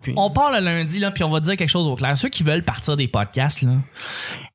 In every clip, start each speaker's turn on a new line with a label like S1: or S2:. S1: aucune.
S2: On part le lundi, là, puis on va dire quelque chose au clair. Ceux qui veulent partir des podcasts, là,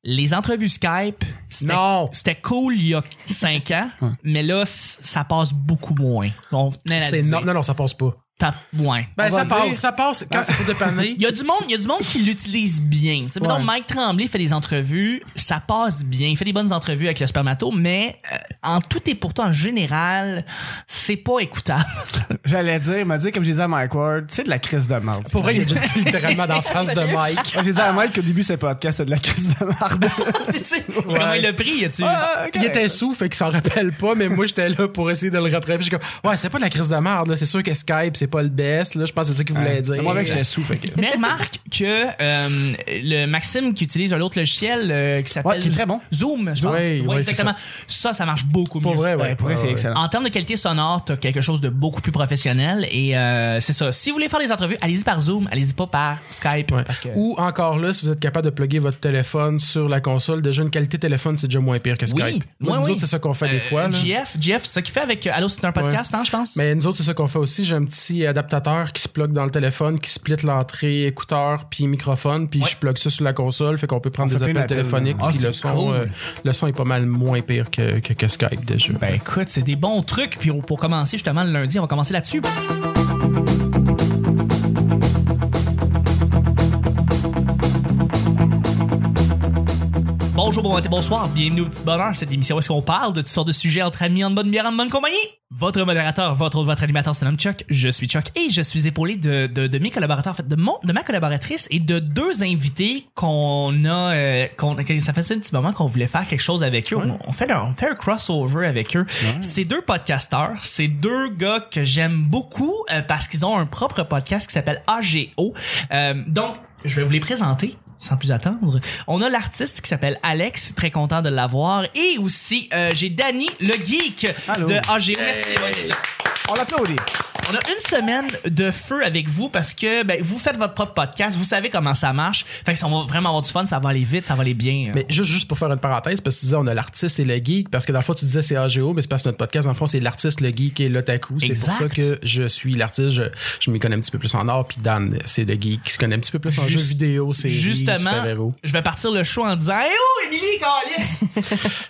S2: les entrevues Skype, c'était
S1: Non.
S2: c'était cool il y a 5 ans, mais là, c- ça passe beaucoup moins. On venait la
S1: C'est
S2: dire.
S1: non, non, non, ça passe pas.
S2: T'as- ouais.
S1: Ben,
S2: On va
S1: ça passe,
S2: dire- Ben.
S1: ça passe quand c'est pour dépanner.
S2: Il y a du monde, il y a du monde qui l'utilise bien. Tu sais, mettons,
S1: Ouais.
S2: Mike Tremblay fait des entrevues, ça passe bien, il fait des bonnes entrevues avec le spermato, mais euh, en tout et pourtant en général, c'est pas écoutable.
S3: J'allais dire, il m'a dit, comme j'ai dit à Mike Ward, c'est de la crise de marde.
S1: Pour vrai, il a déjà dit littéralement dans la face de Mike.
S3: Moi, J'ai dit à Mike qu'au début, c'est podcast, c'est de la crise de marde.
S2: Tu sais, Comment il l'a pris, tu
S3: Ah,
S1: Il
S3: correct.
S1: était sous, fait qu'il s'en rappelle pas, mais moi j'étais là pour essayer de le rattraper. J'étais comme, ouais, c'est pas de la crise de merde, là. c'est sûr que Skype, c'est pas le best, là. Je pense que c'est ça qu'il voulait dire.
S3: Moi, mec, j'étais sous, fait que.
S2: Mais remarque que euh, le Maxime qui utilise un autre logiciel euh, qui s'appelle
S3: Ouais, qui est très bon.
S2: Zoom, je pense.
S1: Oui,
S2: Ouais,
S1: oui,
S2: exactement. Ça. ça, marche beaucoup mieux. Euh,
S1: Pour vrai, ouais.
S3: Ouais, pour vrai, c'est
S1: Ouais, ouais.
S3: excellent.
S2: En termes de qualité sonore, t'as quelque chose de beaucoup plus professionnel et euh, c'est ça. Si vous voulez faire des entrevues, allez-y par Zoom, allez-y pas par Skype
S1: Ouais.
S2: parce que
S1: Ou encore là, si vous êtes capable de plugger votre téléphone sur la console, déjà une qualité téléphone, c'est déjà moins pire que
S2: Oui.
S1: Skype. Nous,
S2: Ouais,
S1: nous
S2: oui.
S1: autres, c'est ça qu'on fait des fois.
S2: Euh,
S1: là.
S2: GF, GF, c'est ça qu'il fait avec euh, Allô, c'est un podcast, hein, je pense.
S1: Mais nous autres, c'est ça qu'on fait aussi. J'ai un petit adaptateur qui se plug dans le téléphone, qui split l'entrée écouteur puis microphone, puis
S2: Ouais.
S1: je plug ça sur la console, fait qu'on peut prendre des
S3: On fait plein
S1: appels
S3: d'appels,
S1: téléphoniques.
S3: là.
S1: puis
S2: Ah,
S1: le
S2: c'est
S1: son,
S2: cool.
S1: euh, le son est pas mal moins pire que, que, que Skype déjà.
S2: Ben écoute, c'est des bons trucs. Puis pour commencer justement le lundi, on va commencer là-dessus. Bonjour, bon matin, bonsoir, bienvenue au Petit Bonheur, cette émission où est-ce qu'on parle de toutes sortes de sujets entre amis, en bonne bière, en bonne compagnie. Votre modérateur, votre autre, votre animateur, c'est nomme Chuck, je suis Chuck et je suis épaulé de, de, de mes collaborateurs, en fait, de, mon, de ma collaboratrice et de deux invités qu'on a, euh, qu'on, que ça faisait un petit moment qu'on voulait faire quelque chose avec eux. On, on fait un, on fait un crossover avec eux. C'est deux podcasteurs, c'est deux gars que j'aime beaucoup euh, parce qu'ils ont un propre podcast qui s'appelle AGO. Euh, donc, je vais vous les présenter sans plus attendre. On a l'artiste qui s'appelle Alex, très content de l'avoir. Et aussi, euh, j'ai Danny, le geek
S3: Allô.
S2: de AG. Merci. les boys, d'être là.
S3: On l'applaudit.
S2: On a une semaine de feu avec vous parce que ben, vous faites votre propre podcast, vous savez comment ça marche. Fait que ça, on va vraiment avoir du fun, ça va aller vite, ça va aller bien.
S1: Mais juste, juste pour faire une parenthèse, parce que tu disais on a l'artiste et le geek, parce que dans le fond tu disais c'est AGO, mais c'est parce que notre podcast, dans le fond, c'est l'artiste, le geek et l'otaku. C'est pour
S2: Exact.
S1: ça que je suis l'artiste, je, je m'y connais un petit peu plus en art, puis Dan, c'est le geek qui se connaît un petit peu plus en
S2: Juste-
S1: jeux vidéo, c'est
S2: Justement, je vais partir le show en disant Hey, oh, Émilie, Calis!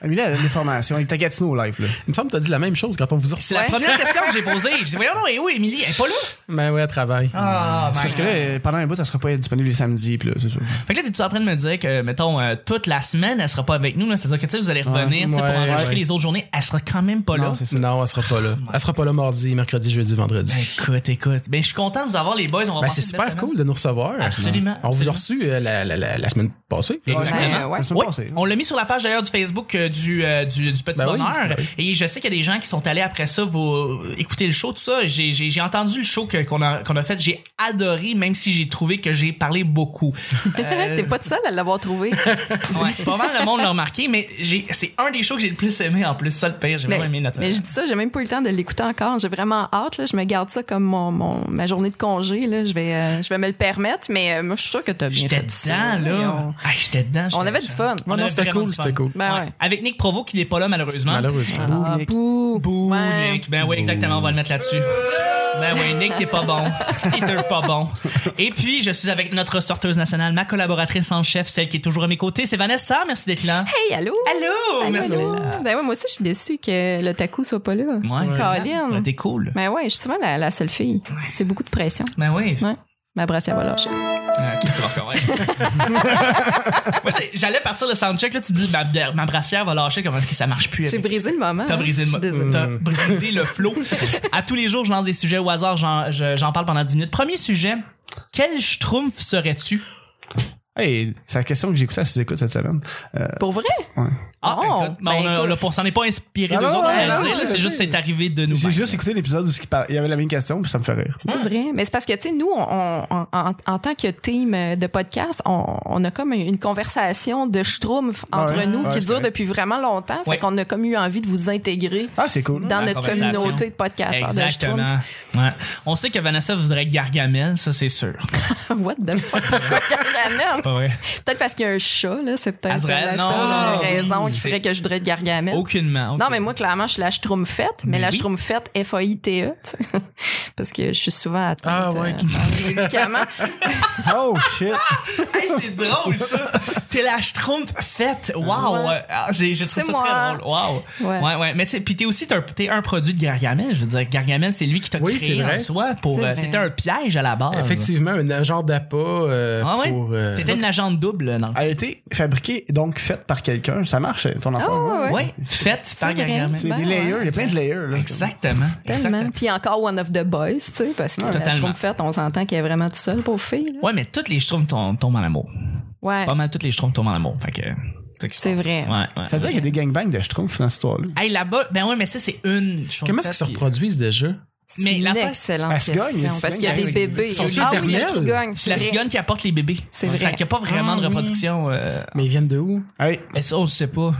S3: Mais là, les formations, il était à Gatineau au live, là.
S1: Il me semble que t'as dit la même chose quand on vous a
S2: C'est la première question que j'ai posée. J'ai dit Voyons, non, et où Émilie? Elle est pas là?
S1: Ben ouais, à travail.
S2: Ah,
S3: C'est parce que là, euh, pendant un bout, ça sera pas disponible les samedis, pis là, c'est sûr.
S2: Fait que là, t'es-tu en train de me dire que, mettons, euh, toute la semaine, elle sera pas avec nous, là? C'est-à-dire que, tu sais, vous allez revenir, tu sais, pour
S1: ouais,
S2: enregistrer
S1: ouais.
S2: les autres journées, elle sera quand même pas là.
S3: c'est ça.
S1: Non, elle sera pas là. Elle sera pas là mardi, mercredi, jeudi, vendredi.
S2: Ben, écoute, écoute. Ben, je suis content de vous avoir, les boys. On va
S1: Ben,
S2: passer
S1: c'est
S2: une belle
S1: super
S2: semaine.
S1: cool de nous recevoir.
S2: Absolument,
S1: On vous
S2: absolument.
S1: a reçu euh, la, la- la- la semaine passée.
S2: Exactement.
S3: Ouais,
S4: Ouais.
S3: La semaine
S2: Oui,
S3: passée.
S2: on l'a mis sur la page d'ailleurs du Facebook euh, du, euh, du, du Petit
S1: Ben oui,
S2: Bonheur.
S1: ben oui.
S2: Et je sais qu'il y a des gens qui sont allés après ça vous, euh, écouter le show, tout ça. J'ai, j'ai, j'ai entendu le show que- qu'on, a, qu'on a fait. J'ai adoré, même si j'ai trouvé que j'ai parlé beaucoup. Euh,
S4: T'es pas tout seul à l'avoir trouvé.
S2: ouais, pas mal le monde l'a remarqué, mais j'ai, c'est un des shows que j'ai le plus aimé en plus. Ça, le pire, j'ai
S4: mais,
S2: vraiment aimé notre.
S4: mais je dis ça, j'ai même pas eu le temps de l'écouter encore. J'ai vraiment hâte. Là. Je me garde ça comme mon, mon- ma journée de congé. Là. Je, vais, euh, je vais me le permettre, mais euh, moi, je suis sûre que t'as bien
S2: J'étais
S4: fait ça.
S2: dedans, là.
S4: Voyons.
S2: Ah, j'étais dedans. j'étais
S4: On avait
S2: dedans.
S4: du fun.
S1: Non, non,
S2: avait
S1: c'était
S2: vraiment
S1: cool,
S2: du fun.
S1: c'était cool.
S4: Ben ouais.
S2: Avec Nick Provo qui n'est pas là, malheureusement.
S1: Malheureusement.
S4: Ah,
S3: Nick.
S4: bouh.
S2: Bouh,
S4: Ouais.
S2: Nick. Ben oui, exactement, on va le mettre là-dessus. Ben oui, Nick, t'es pas bon. Skeeter, pas bon. Et puis, je suis avec notre sorteuse nationale, ma collaboratrice en chef, celle qui est toujours à mes côtés, c'est Vanessa. Merci d'être là.
S4: Hey, allô?
S2: Allô,
S4: Allô,
S2: merci
S4: allô?
S2: d'être là.
S4: Ben ouais, moi aussi, je suis déçue que le taco soit pas là.
S2: Ouais, c'est
S4: Caroline.
S2: Ben, T'es cool.
S4: Ben ouais, je suis souvent la, la seule fille. C'est beaucoup de pression.
S2: Ben oui.
S4: Ouais. Ma brassière va lâcher.
S2: Ah, ok, c'est bon, c'est correct. Moi, c'est- J'allais partir le soundcheck, là, tu dis ma, bière- ma brassière va lâcher, comment est-ce que ça marche plus?
S4: J'ai
S2: avec
S4: brisé le moment.
S2: T'as
S4: hein.
S2: brisé
S4: Je
S2: le,
S4: suis désolée.
S2: mo- t'as brisé le flow. À tous les jours, je lance des sujets au hasard, j'en, je- j'en parle pendant 10 minutes. Premier sujet, quel schtroumpf serais-tu?
S3: Hey, c'est la question que j'écoutais à sous-écoute cette semaine. Euh,
S4: Pour vrai?
S2: Ah,
S4: Oh,
S2: écoute, ben on,
S4: ben
S2: a-
S4: écoute.
S2: on a- on s'en est pas inspiré
S3: Ah
S2: d'eux
S3: non,
S2: autres,
S3: non,
S2: à
S3: non,
S2: le dire,
S3: non,
S2: c'est
S3: je
S2: juste
S3: sais.
S2: c'est arrivé de nous.
S3: J'ai juste écouté l'épisode où il par- il y avait la même question, puis ça me fait rire.
S4: C'est vrai. Mais c'est parce que, tu sais, nous, on, on- en, en tant que team euh, de podcast, on, on a comme une conversation de schtroumpf
S3: Ah
S4: entre
S3: ouais?
S4: nous
S3: Ouais,
S4: qui
S3: c'est
S4: dure
S3: vrai.
S4: depuis vraiment longtemps.
S2: Ouais.
S4: Fait qu'on a comme eu envie de vous intégrer
S3: Ah, c'est cool.
S4: dans
S2: La
S4: notre
S2: conversation.
S4: communauté de podcasteurs de
S2: Exactement.
S4: schtroumpf.
S2: Ouais. On sait que Vanessa voudrait être Gargamel, ça c'est sûr.
S4: What the fuck? Pourquoi Gargamel?
S2: pas vrai.
S4: Peut-être parce qu'il y a un chat, là. C'est peut-être
S2: Azrael,
S4: la
S2: non.
S4: seule euh, raison qui
S2: C'est-
S4: ferait que je voudrais être gargamel.
S2: Aucunement.
S4: Non, mais moi, clairement, je suis la schtroumpfette,
S2: Mais
S4: mais la
S2: oui.
S4: schtroumpfette F-A-I-T-E, E, tu sais. parce que je suis souvent atteinte
S1: Ah, ouais,
S4: euh,
S1: qui-
S4: par les médicaments.
S3: Oh shit.
S2: Hey, c'est drôle ça. T'es la Schtroumpf fête. Wow.
S4: Ouais.
S2: Ah, j'ai- je trouve ça
S4: C'est moi.
S2: très drôle. Wow.
S4: Ouais.
S2: Ouais, ouais. Mais tu sais, puis t'es aussi t'es un, t'es un produit de Gargamel. Je veux dire, Gargamel, c'est lui qui t'a
S1: Oui, c'est
S2: créé
S1: vrai.
S2: en soi pour.
S4: C'est
S2: euh,
S4: vrai.
S2: T'étais un piège à la base.
S1: Effectivement, un agent d'appât euh,
S2: Ah ouais?
S1: pour. euh,
S2: T'étais une agente double dans le
S3: Elle a été fabriquée, donc faite par quelqu'un. Ça marche, ton
S4: Ah,
S3: affaire.
S4: ouais, ouais.
S2: Ouais, faite par
S4: vrai.
S2: Gargamel.
S3: C'est
S4: Ben
S3: des
S4: ouais.
S3: layers, il y a plein de layers. Là.
S2: Exactement.
S4: Tellement.
S2: Exactement.
S4: Puis encore One of the Boys, tu sais, parce que la
S2: Totalement.
S4: schtroumpfette, on s'entend qu'elle est vraiment toute seule, pauvre fille. là.
S2: Ouais, mais toutes les Schtroumpfs tom- tombent en amour.
S4: Ouais.
S2: Pas mal toutes les Schtroumpfs tombent en amour. Fait que. ça qui se
S4: C'est
S2: passe.
S4: vrai.
S2: Ouais, ouais.
S3: Ça veut dire qu'il y a des gangbangs de schtroumpfs dans cette histoire-là.
S2: Hey, là-bas, ben ouais, mais tu sais, c'est une. Schtroumpfette
S1: Comment est-ce qu'ils se
S2: qui-
S1: reproduisent déjà?
S2: euh,
S4: C'est
S2: Mais
S4: une
S2: la face-
S4: excellente
S3: La cigogne, il y a
S4: question,
S3: une
S4: parce qu'il y a
S3: cigogne
S4: des
S3: qui-
S4: bébés.
S1: Sont
S4: Ah oui, la
S1: éternels?
S4: cigogne,
S2: C'est la
S4: vrai.
S2: cigogne qui apporte les bébés.
S4: C'est vrai.
S2: Fait qu'il n'y a pas vraiment
S1: Ah,
S2: de reproduction. euh,
S1: Mais ils viennent de où?
S3: Hey,
S2: Mais ça, on sait pas.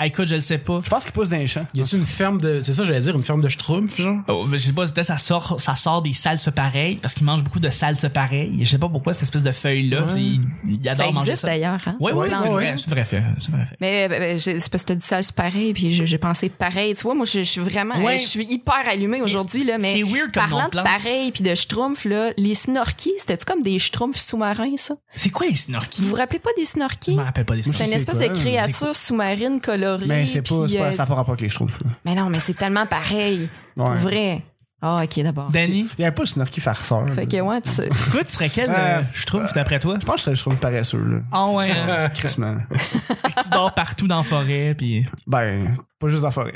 S2: Ah, écoute, je le sais pas.
S3: Ah je pense qu'ils poussent dans les champs.
S1: Y a-tu
S2: Ah.
S1: une ferme de. C'est ça, j'allais dire, une ferme de schtroumpf, genre?
S2: Oh, mais je sais pas, peut-être ça sort, ça sort des salses pareilles, parce qu'ils mangent beaucoup de salses pareilles. Je sais pas pourquoi, cette espèce de feuille-là.
S1: Ouais.
S2: Ils il
S4: Ça
S2: adorent manger
S4: existe
S2: ça.
S4: d'ailleurs, hein?
S2: Oui,
S4: cette
S2: oui,
S4: plante.
S2: c'est
S1: ouais.
S2: vrai, c'est vrai fait. C'est vrai fait.
S4: Mais ben, ben, j'ai- c'est parce que t'as dit ça, c'est pareil, puis j'ai j'ai pensé pareil. Tu vois, moi, je je suis vraiment,
S2: Ouais.
S4: je suis hyper allumée aujourd'hui, là, mais
S2: C'est weird comme
S4: parlant
S2: nom
S4: de
S2: de plante.
S4: pareil, puis de schtroumpf, là, les snorkies, c'était-tu comme des schtroumpfs sous-marins, ça?
S2: C'est quoi les snorkies?
S4: Vous vous rappelez pas des
S2: Je
S4: snorkies?
S2: me rappelle pas des
S4: C'est
S2: snorkies.
S4: une
S3: sais
S4: espèce
S3: pas,
S4: de
S3: mais
S2: c'est
S4: créature sous-marine colorée.
S3: Mais c'est pas,
S4: puis,
S3: c'est pas,
S4: euh,
S3: ça n'a pas rapport avec les schtroumpfs. là.
S4: Mais non, mais c'est tellement pareil. Pour
S3: Ouais.
S4: vrai. Ah, OK, d'abord.
S2: Danny,
S3: Il n'y avait pas le snorky farceur. là.
S4: Fait que, ouais, tu sais.
S2: toi, tu serais quel
S3: Euh,
S2: je trouve d'après toi?
S3: Je pense que je serais le schtroumpf paresseux. Là.
S2: Ah ouais, hein?
S3: Crissement.
S2: tu dors partout dans la forêt, puis
S3: Ben, pas juste dans la forêt.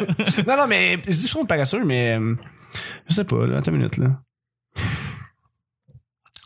S3: non, non, mais je dis schtroumpf paresseux, mais euh, je sais pas, là, attends une minute. Là.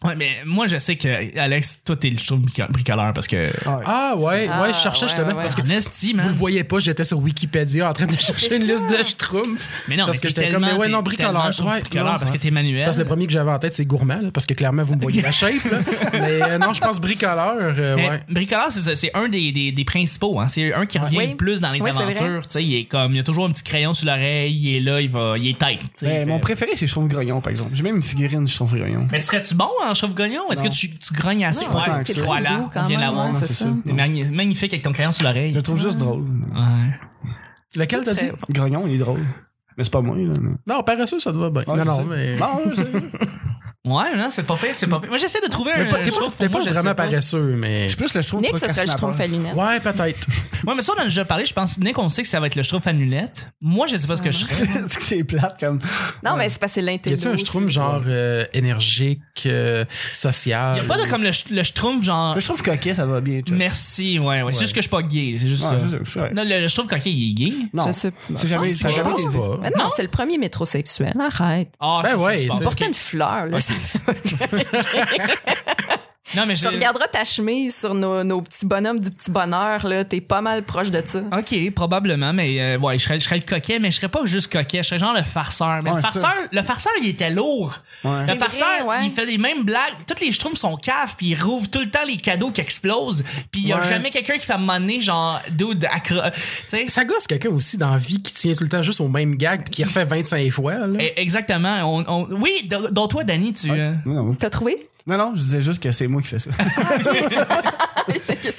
S2: Ouais, mais moi, je sais que, Alex, toi, t'es le show bricoleur parce que.
S3: Ah, ouais.
S1: Ah ouais,
S4: Ah,
S1: ouais, je cherchais
S4: ouais,
S1: justement
S4: ouais,
S1: parce que
S2: En estime,
S1: vous
S2: hein?
S1: le voyez pas, j'étais sur Wikipédia en train de chercher une
S4: ça.
S1: liste de schtroumpfs.
S2: Mais non,
S1: Parce
S2: mais
S1: que
S2: t'es
S1: j'étais
S2: tellement-
S1: comme, mais ouais, non,
S2: t'es
S1: bricoleur,
S2: tellement show
S1: ouais,
S2: bricoleur
S1: non,
S2: parce que
S1: ouais.
S2: t'es manuel.
S1: Parce que le premier que j'avais en tête, c'est gourmand, là, parce que clairement, vous me voyez la shape. là. Mais euh, non, je pense bricoleur, euh,
S2: Mais
S1: ouais.
S2: Bricoleur, c'est ça, c'est un des, des, des principaux. Hein. C'est un qui revient
S4: Oui.
S2: le plus dans les
S4: Oui, c'est vrai.
S2: aventures. Tu sais, Il, est comme, il a toujours un petit crayon sur l'oreille. Il est là, il, va, il est tête. tu sais, il
S3: Ben,
S2: fait-
S3: mon préféré, c'est schtroumpf grognon, par exemple. J'ai même une figurine de schtroumpf grognon.
S2: Mais serais-tu bon en chauffe-gognon? Est-ce que
S3: Non.
S2: tu, tu grognes assez?
S4: Non,
S3: pas tant que
S2: tu
S3: ça.
S2: vois
S4: Trop
S2: là.
S4: doux quand
S2: On vient de
S4: même,
S2: l'avoir.
S4: ouais,
S3: Non,
S4: c'est
S3: c'est
S4: ça.
S3: ça.
S2: T'es magni- Magnifique avec ton crayon sur l'oreille.
S3: Je le trouve juste drôle.
S2: Ouais.
S1: Lequel t'as dit?
S3: Grognon, il est drôle. Mais c'est pas moi, là. mais-
S1: Non, paresseux, ça te va bien.
S3: Ouais,
S1: non,
S3: Ah, je
S1: non,
S3: sais.
S1: mais.
S3: Non, je sais.
S2: Ouais, non, c'est pas pire, c'est pas pire. Moi, j'essaie de trouver
S1: Mais
S2: un.
S1: pas- T'es
S2: un
S1: pas,
S2: chauffe
S1: t'es
S2: pour
S1: pas
S2: moi, je
S1: vraiment
S2: sais pas.
S1: paresseux, mais.
S3: Je suis plus le schtroumpf
S4: Nick, ça serait le
S3: procrastinateur.
S4: schtroumpf à lunettes.
S1: Ouais, peut-être.
S2: Ouais, mais ça, on en a déjà parlé. Je pense, Nick, on sait que ça va être le schtroumpf à lunette. Moi, je sais
S4: Ah
S2: pas ce que je serais.
S3: Est-ce que c'est plate comme.
S4: Non, mais c'est parce que c'est
S1: Y a-tu
S4: l'intelligence.
S1: un schtroumpf genre euh, énergique, euh, social?
S2: Y a pas de comme le, sch- le schtroumpf genre.
S3: Le schtroumpf coquet, ça va bien, tu vois.
S2: Merci, ouais, ouais. C'est juste que je suis pas gay. C'est juste
S3: Ouais,
S2: ça.
S3: c'est ça, je suis vrai.
S2: Non, le, le schtroumpf coquet, il est gay.
S3: Non.
S4: Je sais pas.
S3: C'est
S2: Ah,
S3: jamais.
S4: Je
S3: ça a
S1: Je
S3: jamais
S1: pense
S3: été dit.
S1: pas.
S4: Ah non, c'est le premier métrosexuel. Arrête.
S2: Ah,
S1: Ben
S2: c'est ça,
S1: ouais,
S2: je pense.
S1: c'est-
S4: Il portait
S2: Ok.
S4: une fleur, là. Ça-
S2: Non, mais je.
S4: Tu regarderas ta chemise sur nos, nos petits bonhommes du petit bonheur, là. T'es pas mal proche de ça.
S2: Ok, probablement, mais euh, ouais, je serais, je serais le coquet, mais je serais pas juste coquet, je serais genre le farceur. Mais le
S3: Ouais,
S2: farceur, le farceur, il était lourd.
S3: Ouais.
S2: Le
S4: C'est
S2: farceur,
S4: vrai, ouais.
S2: il fait les mêmes blagues. Toutes les schtroumpfs sont caves, puis il rouvre tout le temps les cadeaux qui explosent, puis il y a
S1: Ouais.
S2: jamais quelqu'un qui fait monner genre dude accro... euh, Tu sais.
S1: Ça gosse quelqu'un aussi dans la vie qui tient tout le temps juste au même gag puis qui refait 25 fois. Là.
S2: Eh, Exactement. On, on- Oui, don- dont toi, Danny, tu. euh,
S3: Non, non.
S4: T'as trouvé?
S3: Non, non, je disais juste que c'est moi qui fais ça.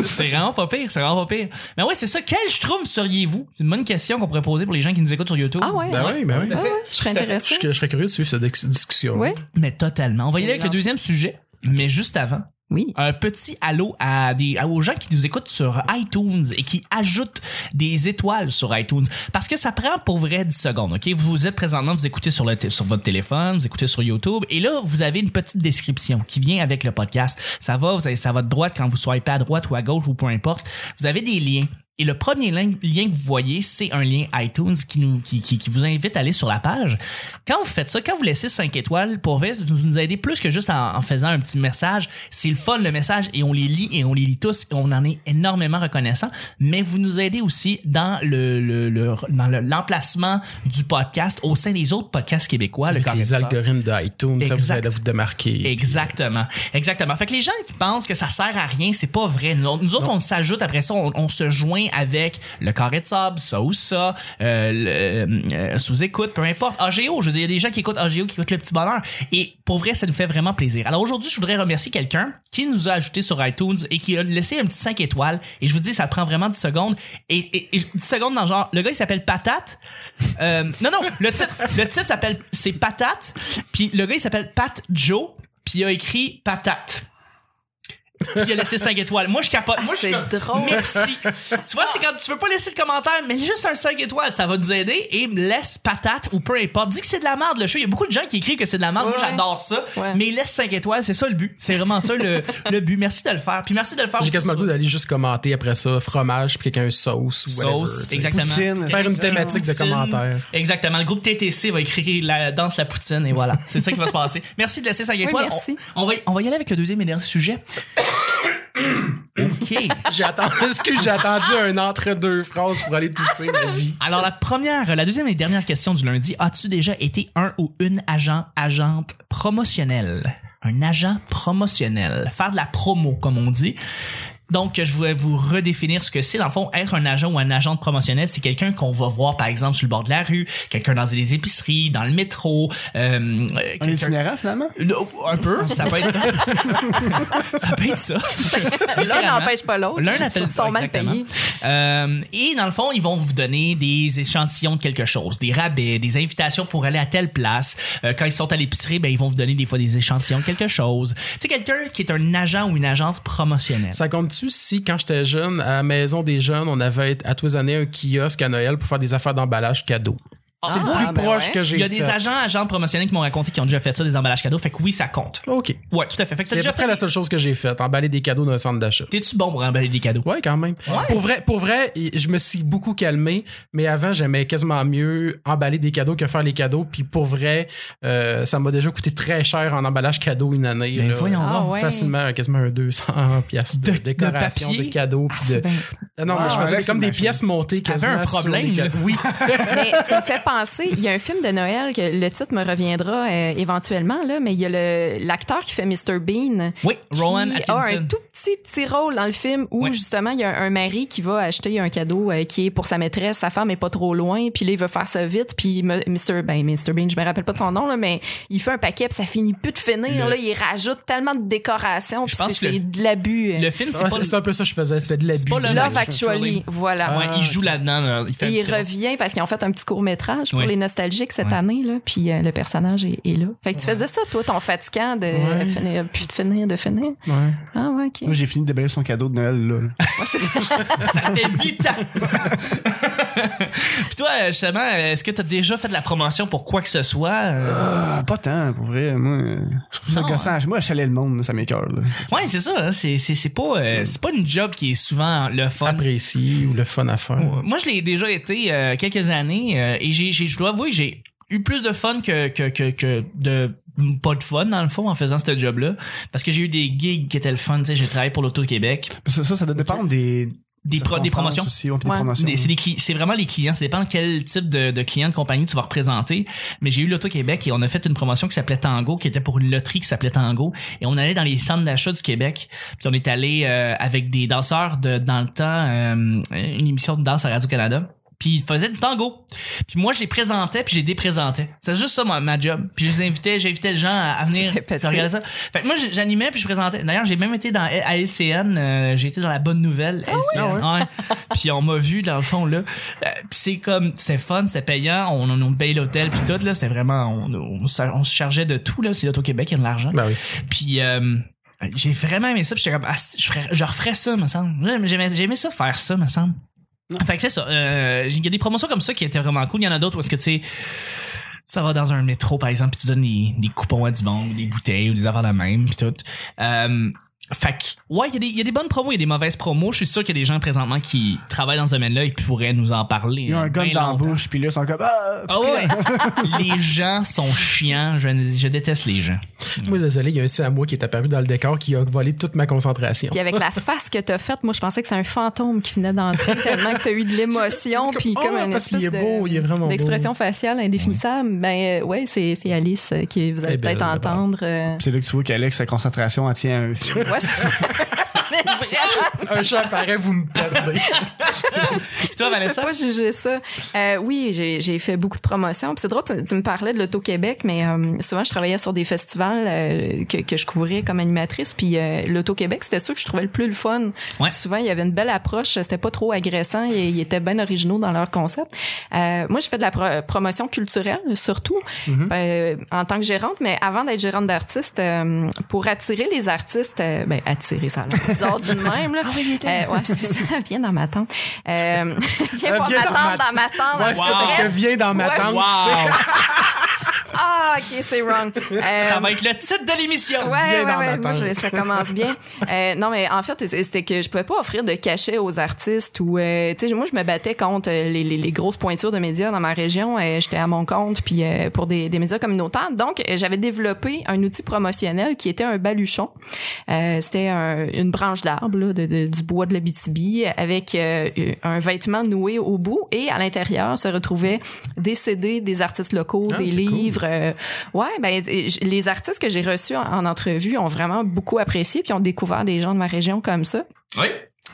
S2: C'est vraiment pas pire, c'est vraiment pas pire. Mais ouais, c'est ça. Quel schtroumpf seriez-vous? C'est une bonne question qu'on pourrait poser pour les gens qui nous écoutent sur YouTube.
S4: Ah ouais?
S1: Ben oui, ben oui.
S4: Ouais, ouais, je serais
S1: Je,
S4: intéressée.
S1: je serais curieux de suivre cette ex- discussion.
S4: Oui?
S2: Mais totalement. On va y aller avec le deuxième sujet, mais juste avant.
S4: Oui.
S2: un petit allô à des à- aux gens qui nous écoutent sur iTunes et qui ajoutent des étoiles sur iTunes parce que ça prend pour vrai 10 secondes. OK, vous vous êtes présentement vous écoutez sur le t- sur votre téléphone, vous écoutez sur YouTube et là vous avez une petite description qui vient avec le podcast. Ça va, vous avez ça va de droite quand vous swipez à droite ou à gauche ou peu importe. Vous avez des liens et le premier lien, lien que vous voyez, c'est un lien iTunes qui, nous, qui, qui, qui vous invite à aller sur la page. Quand vous faites ça, quand vous laissez 5 étoiles, pour vrai, vous nous aidez plus que juste en, en faisant un petit message. C'est le fun, le message, et on les lit et on les lit tous, et on en est énormément reconnaissant. Mais vous nous aidez aussi dans le, le, le- dans le- l'emplacement du podcast au sein des autres podcasts québéis, le
S1: Avec les
S2: Caresseur.
S1: algorithmes d'iTunes, ça vous
S2: Exact.
S1: aide à vous démarquer.
S2: Exactement, exactement. Fait que les gens qui pensent que ça sert à rien, c'est pas vrai. Nous, autres- nous autres, on s'ajoute après ça, on, on se joint lien avec le carré de sable, ça ou ça, euh, le- euh, sous-écoute, peu importe. AGO, je veux dire, il y a des gens qui écoutent AGO, qui écoutent Le Petit Bonheur. Et pour vrai, ça nous fait vraiment plaisir. Alors aujourd'hui, je voudrais remercier quelqu'un qui nous a ajouté sur iTunes et qui a laissé un petit 5 étoiles. Et je vous dis, ça prend vraiment 10 secondes. Et, et, et 10 secondes dans le genre, le gars, il s'appelle Patate. Euh, non, non, le titre, le titre s'appelle, c'est Patate. Puis le gars, il s'appelle Pat Joe. Puis il a écrit Patate. Puis il a laissé 5 étoiles. Moi, je capote. Moi, je suis comme,
S4: c'est drôle.
S2: Merci. tu vois, c'est quand tu veux pas laisser le commentaire, mais juste un 5 étoiles, ça va nous aider et me laisse patate ou peu importe. Dis que c'est de la merde le show. Il y a beaucoup de gens qui écrivent que c'est de la merde.
S4: Ouais,
S2: Moi, j'adore ça.
S4: Ouais.
S2: Mais laisse 5 étoiles, c'est ça le but. C'est vraiment ça le, le but. Merci de le faire. Puis merci de le faire
S1: J'ai
S2: aussi
S1: quasiment le
S2: sur-
S1: goût d'aller juste commenter après ça, fromage, puis quelqu'un sauce ou whatever,
S2: Sauce,
S1: tu sais.
S2: exactement.
S3: Poutine.
S1: Faire une thématique de
S2: Poutine.
S1: commentaires.
S2: Exactement. Le groupe TTC va écrire la danse la poutine et voilà. C'est ça qui va se passer. Merci de laisser 5 étoiles.
S4: merci.
S2: On, on va, y- on va y aller avec le deuxième et dernier sujet. OK.
S1: J'ai attendu, excuse, j'ai attendu un entre-deux phrases pour aller tousser ma vie.
S2: Alors, la première, la deuxième et dernière question du lundi. As-tu déjà été un ou une agent, agente promotionnelle? Un agent promotionnel. Faire de la promo, comme on dit. Donc, je vais vous redéfinir ce que c'est. Dans le fond, être un agent ou un agent promotionnel, c'est quelqu'un qu'on va voir, par exemple, sur le bord de la rue, quelqu'un dans des épiceries, dans le métro, euh, euh,
S3: Un
S2: quelqu'un-
S3: itinérant, finalement?
S2: Non, Un peu, ça peut être ça. ça peut être ça.
S4: L'un
S2: Littéralement.
S4: n'empêche pas l'autre.
S2: L'un appelle
S4: Ils sont mal
S2: exactement.
S4: payés.
S2: Euh, et dans le fond, ils vont vous donner des échantillons de quelque chose, des rabais, des invitations pour aller à telle place. Euh, quand ils sont à l'épicerie, ben ils vont vous donner des fois des échantillons de quelque chose. C'est quelqu'un qui est un agent ou une agence promotionnelle.
S1: Ça compte-tu si, quand j'étais jeune, à la maison des jeunes, on avait à tous les années un kiosque à Noël pour faire des affaires d'emballage cadeau? C'est le
S4: ah,
S1: plus
S4: ben
S1: proche
S4: ouais.
S1: que j'ai
S2: Il y a
S1: fait.
S2: des agents, agents promotionnels qui m'ont raconté qu'ils ont déjà fait ça, des emballages cadeaux. Fait que oui, ça compte.
S1: OK.
S2: Ouais, tout à fait. Fait que t'as
S1: C'est à
S2: déjà
S1: peu près
S2: fait.
S1: la seule chose que j'ai faite, emballer des cadeaux dans un centre d'achat.
S2: T'es-tu bon pour emballer des cadeaux?
S1: Ouais, quand même. Pour vrai, pour vrai, je me suis beaucoup calmé, mais avant, j'aimais quasiment mieux emballer des cadeaux que faire les cadeaux. Puis pour vrai, euh, ça m'a déjà coûté très cher en emballage cadeau une année.
S2: Ben
S1: là.
S2: voyons
S4: Ah
S2: donc.
S4: ouais.
S1: Facilement, euh, quasiment un 200 pièces de,
S2: De- de
S1: décoration, de,
S2: papier?
S1: cadeaux. puis de...
S4: c'est bien.
S1: Ah non, mais je
S3: Wow.
S1: faisais
S3: Alex,
S1: comme des
S3: imagine.
S1: pièces montées quasiment
S2: un
S1: sur
S2: problème,
S1: les
S2: là.
S1: cadeaux. Oui,
S4: Mais ça me fait penser, il y a un film de Noël que le titre me reviendra euh, éventuellement, là, mais il y a le- l'acteur qui fait Mr. Bean.
S2: Oui,
S4: qui
S2: Rowan
S4: a un
S2: Atkinson.
S4: tout petit, petit rôle dans le film où,
S2: Ouais.
S4: justement, il y a un mari qui va acheter un cadeau euh, qui est pour sa maîtresse. Sa femme est pas trop loin, puis là, il veut faire ça vite, puis me- Mr. Ben, Mr. Bean, je me rappelle pas de son nom, là, mais il fait un paquet, puis ça finit plus de finir.
S1: Le-
S4: Là, il rajoute tellement de décorations, puis
S2: pense
S4: c'est
S2: que le-
S4: c'est de l'abus. euh.
S2: Le film, c'est
S1: Ouais,
S2: pas.
S1: Ah, c'est c'est un peu ça que je faisais. C'était de l'abus.
S2: pas le-
S4: Love
S2: Love
S4: Actually,
S2: Actually.
S4: voilà.
S2: Ouais, il joue là-dedans. là. Il fait un
S4: Et il
S2: petit rôle.
S4: revient parce qu'ils ont fait un petit court métrage pour
S2: Ouais.
S4: les nostalgiques cette
S2: Ouais.
S4: année là, puis euh, le personnage est, est là. Fait que tu faisais ça toi, ton fatigant de
S1: Ouais.
S4: finir, puis de finir, de finir.
S1: Ouais.
S4: Ah ouais, ok.
S3: Moi, j'ai fini de déballer son cadeau de Noël, là.
S2: Ça fait 8 ans. Puis toi, euh, justement, euh, est-ce que t'as déjà fait de la promotion pour quoi que ce soit? Euh,
S3: Ah, pas tant, pour vrai. Moi, euh, je trouve ça
S2: Non,
S3: gossant. Moi, je chalais le monde, là, ça m'écoeure, là.
S2: Ouais, c'est ça. hein. C'est, c'est, c'est pas, euh, c'est pas une job qui est souvent le fun.
S1: Apprécié ou le fun à faire.
S2: Moi, je l'ai déjà été euh, quelques années euh, et j'ai, j'ai- je dois avouer, j'ai eu plus de fun que, que, que, que de pas de fun dans le fond en faisant ce job-là parce que j'ai eu des gigs qui étaient le fun tu sais j'ai travaillé pour l'auto-Québec
S3: Ça, ça, ça doit dépendre des...
S2: Des pro- des
S3: circonstances
S2: promotions.
S3: Aussi, ouais, puis
S4: Ouais.
S3: des promotions.
S2: Des- C'est les cli- c'est vraiment les clients. Ça dépend quel type de, de client de compagnie tu vas représenter. Mais j'ai eu l'Auto-Québec et on a fait une promotion qui s'appelait Tango, qui était pour une loterie qui s'appelait Tango. Et on allait dans les centres d'achat du Québec. Puis on est allé euh, avec des danseurs de, dans le temps, euh, une émission de danse à Radio-Canada. Puis ils faisaient du tango. Puis moi, je les présentais, puis je les déprésentais. C'est juste ça, ma, ma job. Puis je les invitais, j'invitais les gens à, à venir
S4: C'est petit.
S2: puis regarder ça. Fait que moi, j'- j'animais, puis je présentais. D'ailleurs, j'ai même été dans, à LCN, euh, j'ai été dans la bonne nouvelle. LCN, ouais. Puis on m'a vu, dans le fond, là. Euh, puis c'est comme, c'était fun, c'était payant. On, on, on payait l'hôtel, puis tout, là. C'était vraiment, on, on, se- on se chargeait de tout, là. C'est l'Auto-Québec, il y a de l'argent.
S1: Ben oui.
S2: Puis euh, j'ai vraiment aimé ça. Puis j'étais comme, ah, si, je, ferais- je referais ça, me semble. J'aimais- J'aimais j'ai aimé ça, faire ça, me semble. Fait que c'est ça. Euh, Il y a des promotions comme ça qui étaient vraiment cool. Il y en a d'autres où est-ce que tu sais. Ça va dans un métro, par exemple, puis tu donnes des, des coupons à du monde, ou des bouteilles ou des affaires de même, puis tout. Euh, fait que, ouais, il y, a des- il y a des bonnes promos, il y a des mauvaises promos. Je suis sûr qu'il y a des gens présentement qui travaillent dans ce domaine-là et qui pourraient nous en parler.
S3: Il y a un
S2: hein,
S3: gun
S2: bien
S3: dans la
S2: longtemps.
S3: bouche, puis là, ils sont comme... Ah!
S2: Ah ouais! les gens sont chiants. Je, je déteste les gens.
S1: Moi, désolé, il y a un Samoa qui est apparu dans le décor qui a volé toute ma concentration.
S4: Puis avec la face que t'as faite, moi je pensais que c'est un fantôme qui venait d'entrer tellement que t'as eu de l'émotion puis
S1: Oh,
S4: comme une
S1: parce
S4: espèce
S1: qu'il est
S4: de-
S1: beau, il est vraiment beau.
S4: d'expression faciale indéfinissable. Ben euh, ouais, c'est c'est Alice euh, qui vous
S1: Elle est
S4: allez peut-être
S1: belle,
S4: entendre. euh,
S3: C'est là que tu vois qu'Alex, sa concentration, elle tient un fil.
S4: ouais, c'est- Mais Vraiment.
S1: Un chat apparaît, vous me perdez.
S2: Puis toi,
S4: Je peux
S2: Vanessa,
S4: pas juger ça. Euh, oui, j'ai j'ai fait beaucoup de promotions. Puis c'est drôle, tu, tu me parlais de l'Auto-Québec, mais euh, souvent, je travaillais sur des festivals euh, que, que je couvrais comme animatrice. Puis euh, l'Auto-Québec, c'était sûr que je trouvais le plus le fun.
S2: Ouais.
S4: Souvent, il y avait une belle approche. C'était pas trop agressant. Ils, ils étaient bien originaux dans leur concept. Euh, moi, j'ai fait de la pro- promotion culturelle, surtout, euh, en tant que gérante. Mais avant d'être gérante d'artiste, euh, pour attirer les artistes, euh, ben, attirer, ça a l'air bizarre d'une même. Là. Euh, ouais, c'est ça. Viens dans ma tente. Euh, viens
S1: Euh,
S4: voir
S1: viens
S4: ma
S1: dans ma-
S4: tante dans ma tente.
S1: Ouais, c'est
S2: Ah, Wow.
S1: parce que vient dans ma
S4: Ouais.
S1: tente.
S2: wow!
S4: Ah, ok, c'est wrong. Euh,
S2: Ça va être le titre de l'émission.
S4: Ouais, ouais,
S1: dans ma
S4: ouais, moi,
S1: tête.
S4: je- ça commence bien. Euh, non, mais en fait, c'est- c'était que je pouvais pas offrir de cachet aux artistes ou, euh, tu sais, moi, je me battais contre euh, les, les- les grosses pointures de médias dans ma région. Euh, J'étais à mon compte, puis euh, pour des, des médias communautaires. Donc, euh, j'avais développé un outil promotionnel qui était un baluchon. Euh, c'était un- une branche d'arbre, là, de- de- du bois de l'Abitibi, avec euh, un vêtement noué au bout et à l'intérieur se retrouvaient des CD des artistes locaux,
S1: Ah,
S4: des
S1: c'est cool.
S4: livres livres. Euh, ouais, ben et j- les artistes que j'ai reçus en, en entrevue ont vraiment beaucoup apprécié puis ont découvert des gens de ma région comme ça.
S2: Oui.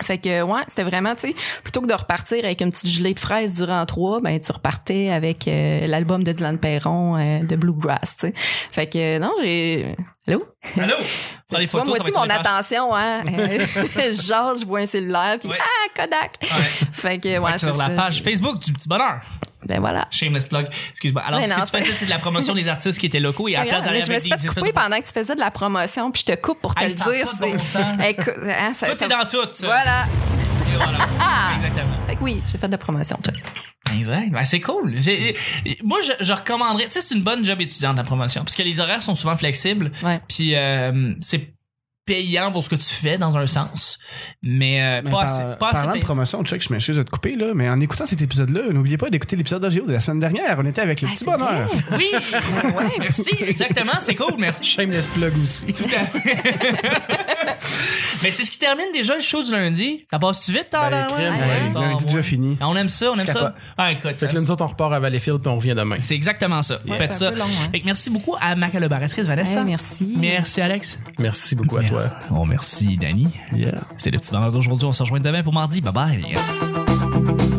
S4: Fait que ouais, c'était vraiment tu sais plutôt que de repartir avec une petite gelée de fraises durant trois, ben tu repartais avec euh, l'album de Dylan Perron euh, de Bluegrass, tu sais. Fait que euh, non, j'ai Allô
S2: Allô? Prends des
S4: Tu vois,
S2: photos,
S4: moi
S2: ça va
S4: aussi
S2: être sur
S4: mon
S2: les pages.
S4: attention hein. Euh, Genre je vois un cellulaire puis
S2: Ouais.
S4: ah Kodak.
S2: Ouais.
S4: Fait que ouais, c'est
S2: sur la
S4: ça,
S2: page
S4: j'ai-
S2: Facebook du Petit Bonheur.
S4: Ben voilà.
S2: Shameless plug. Excuse-moi. Alors,
S4: Ouais,
S2: ce
S4: non,
S2: que tu
S4: c'est-
S2: faisais, c'est de la promotion des artistes qui étaient locaux et à la place
S4: Mais
S2: d'aller
S4: je me
S2: avec
S4: suis
S2: des
S4: fait
S2: espèces
S4: couper
S2: de-
S4: pendant que tu faisais de la promotion, puis je te coupe pour te
S2: Hey,
S4: le
S2: ça a
S4: dire.
S2: pas de
S4: c'est-
S2: bon sens.
S4: Écoute, hein, ça-
S2: Tout
S4: ça-
S2: est dans tout.
S4: Voilà. Ah!
S2: Et voilà. Exactement.
S4: Fait que oui, j'ai fait de la promotion. toi.
S2: Exact. Ben, c'est cool. J'ai- moi, je, je recommanderais. Tu sais, c'est une bonne job étudiante, la promotion. Parce que les horaires sont souvent flexibles.
S4: Ouais.
S2: Puis, euh, c'est payant pour ce que tu fais dans un sens. Mais, euh,
S3: Mais
S2: pas,
S3: par-
S2: assez, pas assez
S3: parlant de
S2: payant.
S3: promotion, Chuck, je m'excuse de te couper, là, mais en écoutant cet épisode-là, n'oubliez pas d'écouter l'épisode d'AGO de la semaine dernière. On était avec le
S4: Ah,
S3: petit
S4: c'est
S3: bonheur.
S2: Oui! Merci, exactement. C'est cool. Merci.
S1: Shameless plug aussi.
S2: Tout à fait. Mais c'est ce qui termine déjà le show du lundi. Ça passe-tu vite, t'as
S1: Ben, crème,
S4: ouais.
S3: Ouais,
S2: Ah,
S3: lundi déjà
S2: ouais.
S3: fini.
S2: On aime ça, on aime
S3: Je
S2: ça.
S3: capote.
S2: Ah, écoute,
S1: Fait que
S2: ça-
S1: là, nous autres, on repart à Valleyfield puis on revient demain.
S2: c'est exactement ça.
S4: Ouais,
S2: Faites
S4: c'est un
S2: ça.
S4: peu long, hein.
S2: Fait que merci beaucoup à ma collaboratrice Vanessa.
S4: Hey, merci.
S2: Merci Alex.
S1: Merci beaucoup à toi.
S2: Bon, merci Dani. C'est le petit bonheur d'aujourd'hui. On se rejoint demain pour mardi. Bye bye.